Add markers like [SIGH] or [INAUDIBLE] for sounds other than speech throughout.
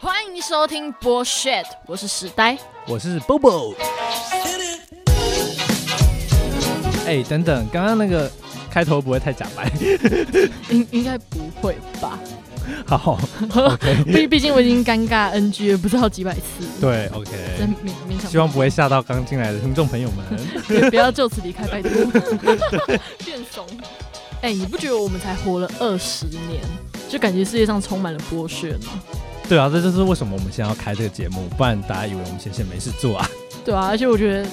欢迎收听 Bullshit，我是史呆。我是 Bobo。哎、等等，刚刚那个开头不会太假白？ [LAUGHS] 应应该不会吧？好， [LAUGHS] 毕毕竟我已经尴尬 NG 了不知道几百次，对真，OK。勉勉强。希望不会吓到刚进来的听众朋友们。 [LAUGHS] 也不要就此离开，拜托。 [LAUGHS] 变怂。哎、你不觉得我们才活了二十年，就感觉世界上充满了剥削吗？ [LAUGHS] 对啊，这就是为什么我们现在要开这个节目，不然大家以为我们闲闲没事做啊。对啊，而且我觉得，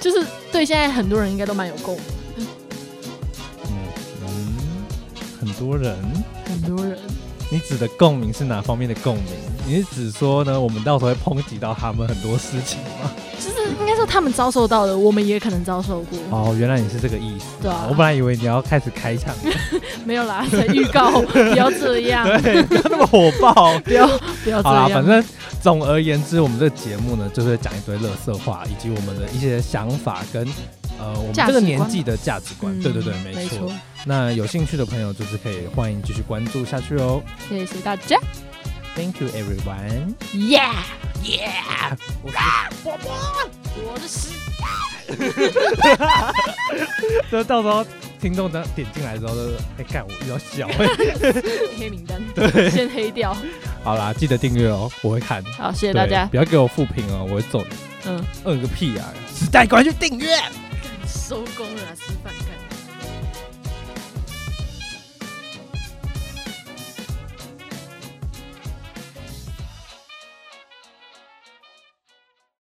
就是对现在很多人应该都蛮有共鸣，嗯嗯，很多人，很多人。你指的共鸣是哪方面的共鸣？你是指说呢，我们到时候会抨击到他们很多事情吗？就是应该说他们遭受到的，我们也可能遭受过。 [LAUGHS] 哦，原来你是这个意思。对啊我本来以为你要开始 [LAUGHS] 开场，没有啦，才预告， [LAUGHS] 不要这样，对，不要那么火爆。不要不要这好啦，样。反正总而言之，我们这个节目呢，就是讲一堆乐色话，以及我们的一些想法跟呃我们价值这个年观纪的价值观。嗯对对对，没没错。，那有兴趣的朋友就是可以欢迎继续关注下去哦。谢谢大家 Thank you everyone。 ，Yeah， Yeah，我的时就到时候听众等点进来之后，就是哎看我遇到 [LAUGHS] 小哎。黑名单，先黑掉。好啦，记得订阅哦，我会看。好，谢谢对大家。不要给我负评哦，我会揍你。嗯，嗯个屁啊！时代，赶快去订阅。收工了，吃饭干。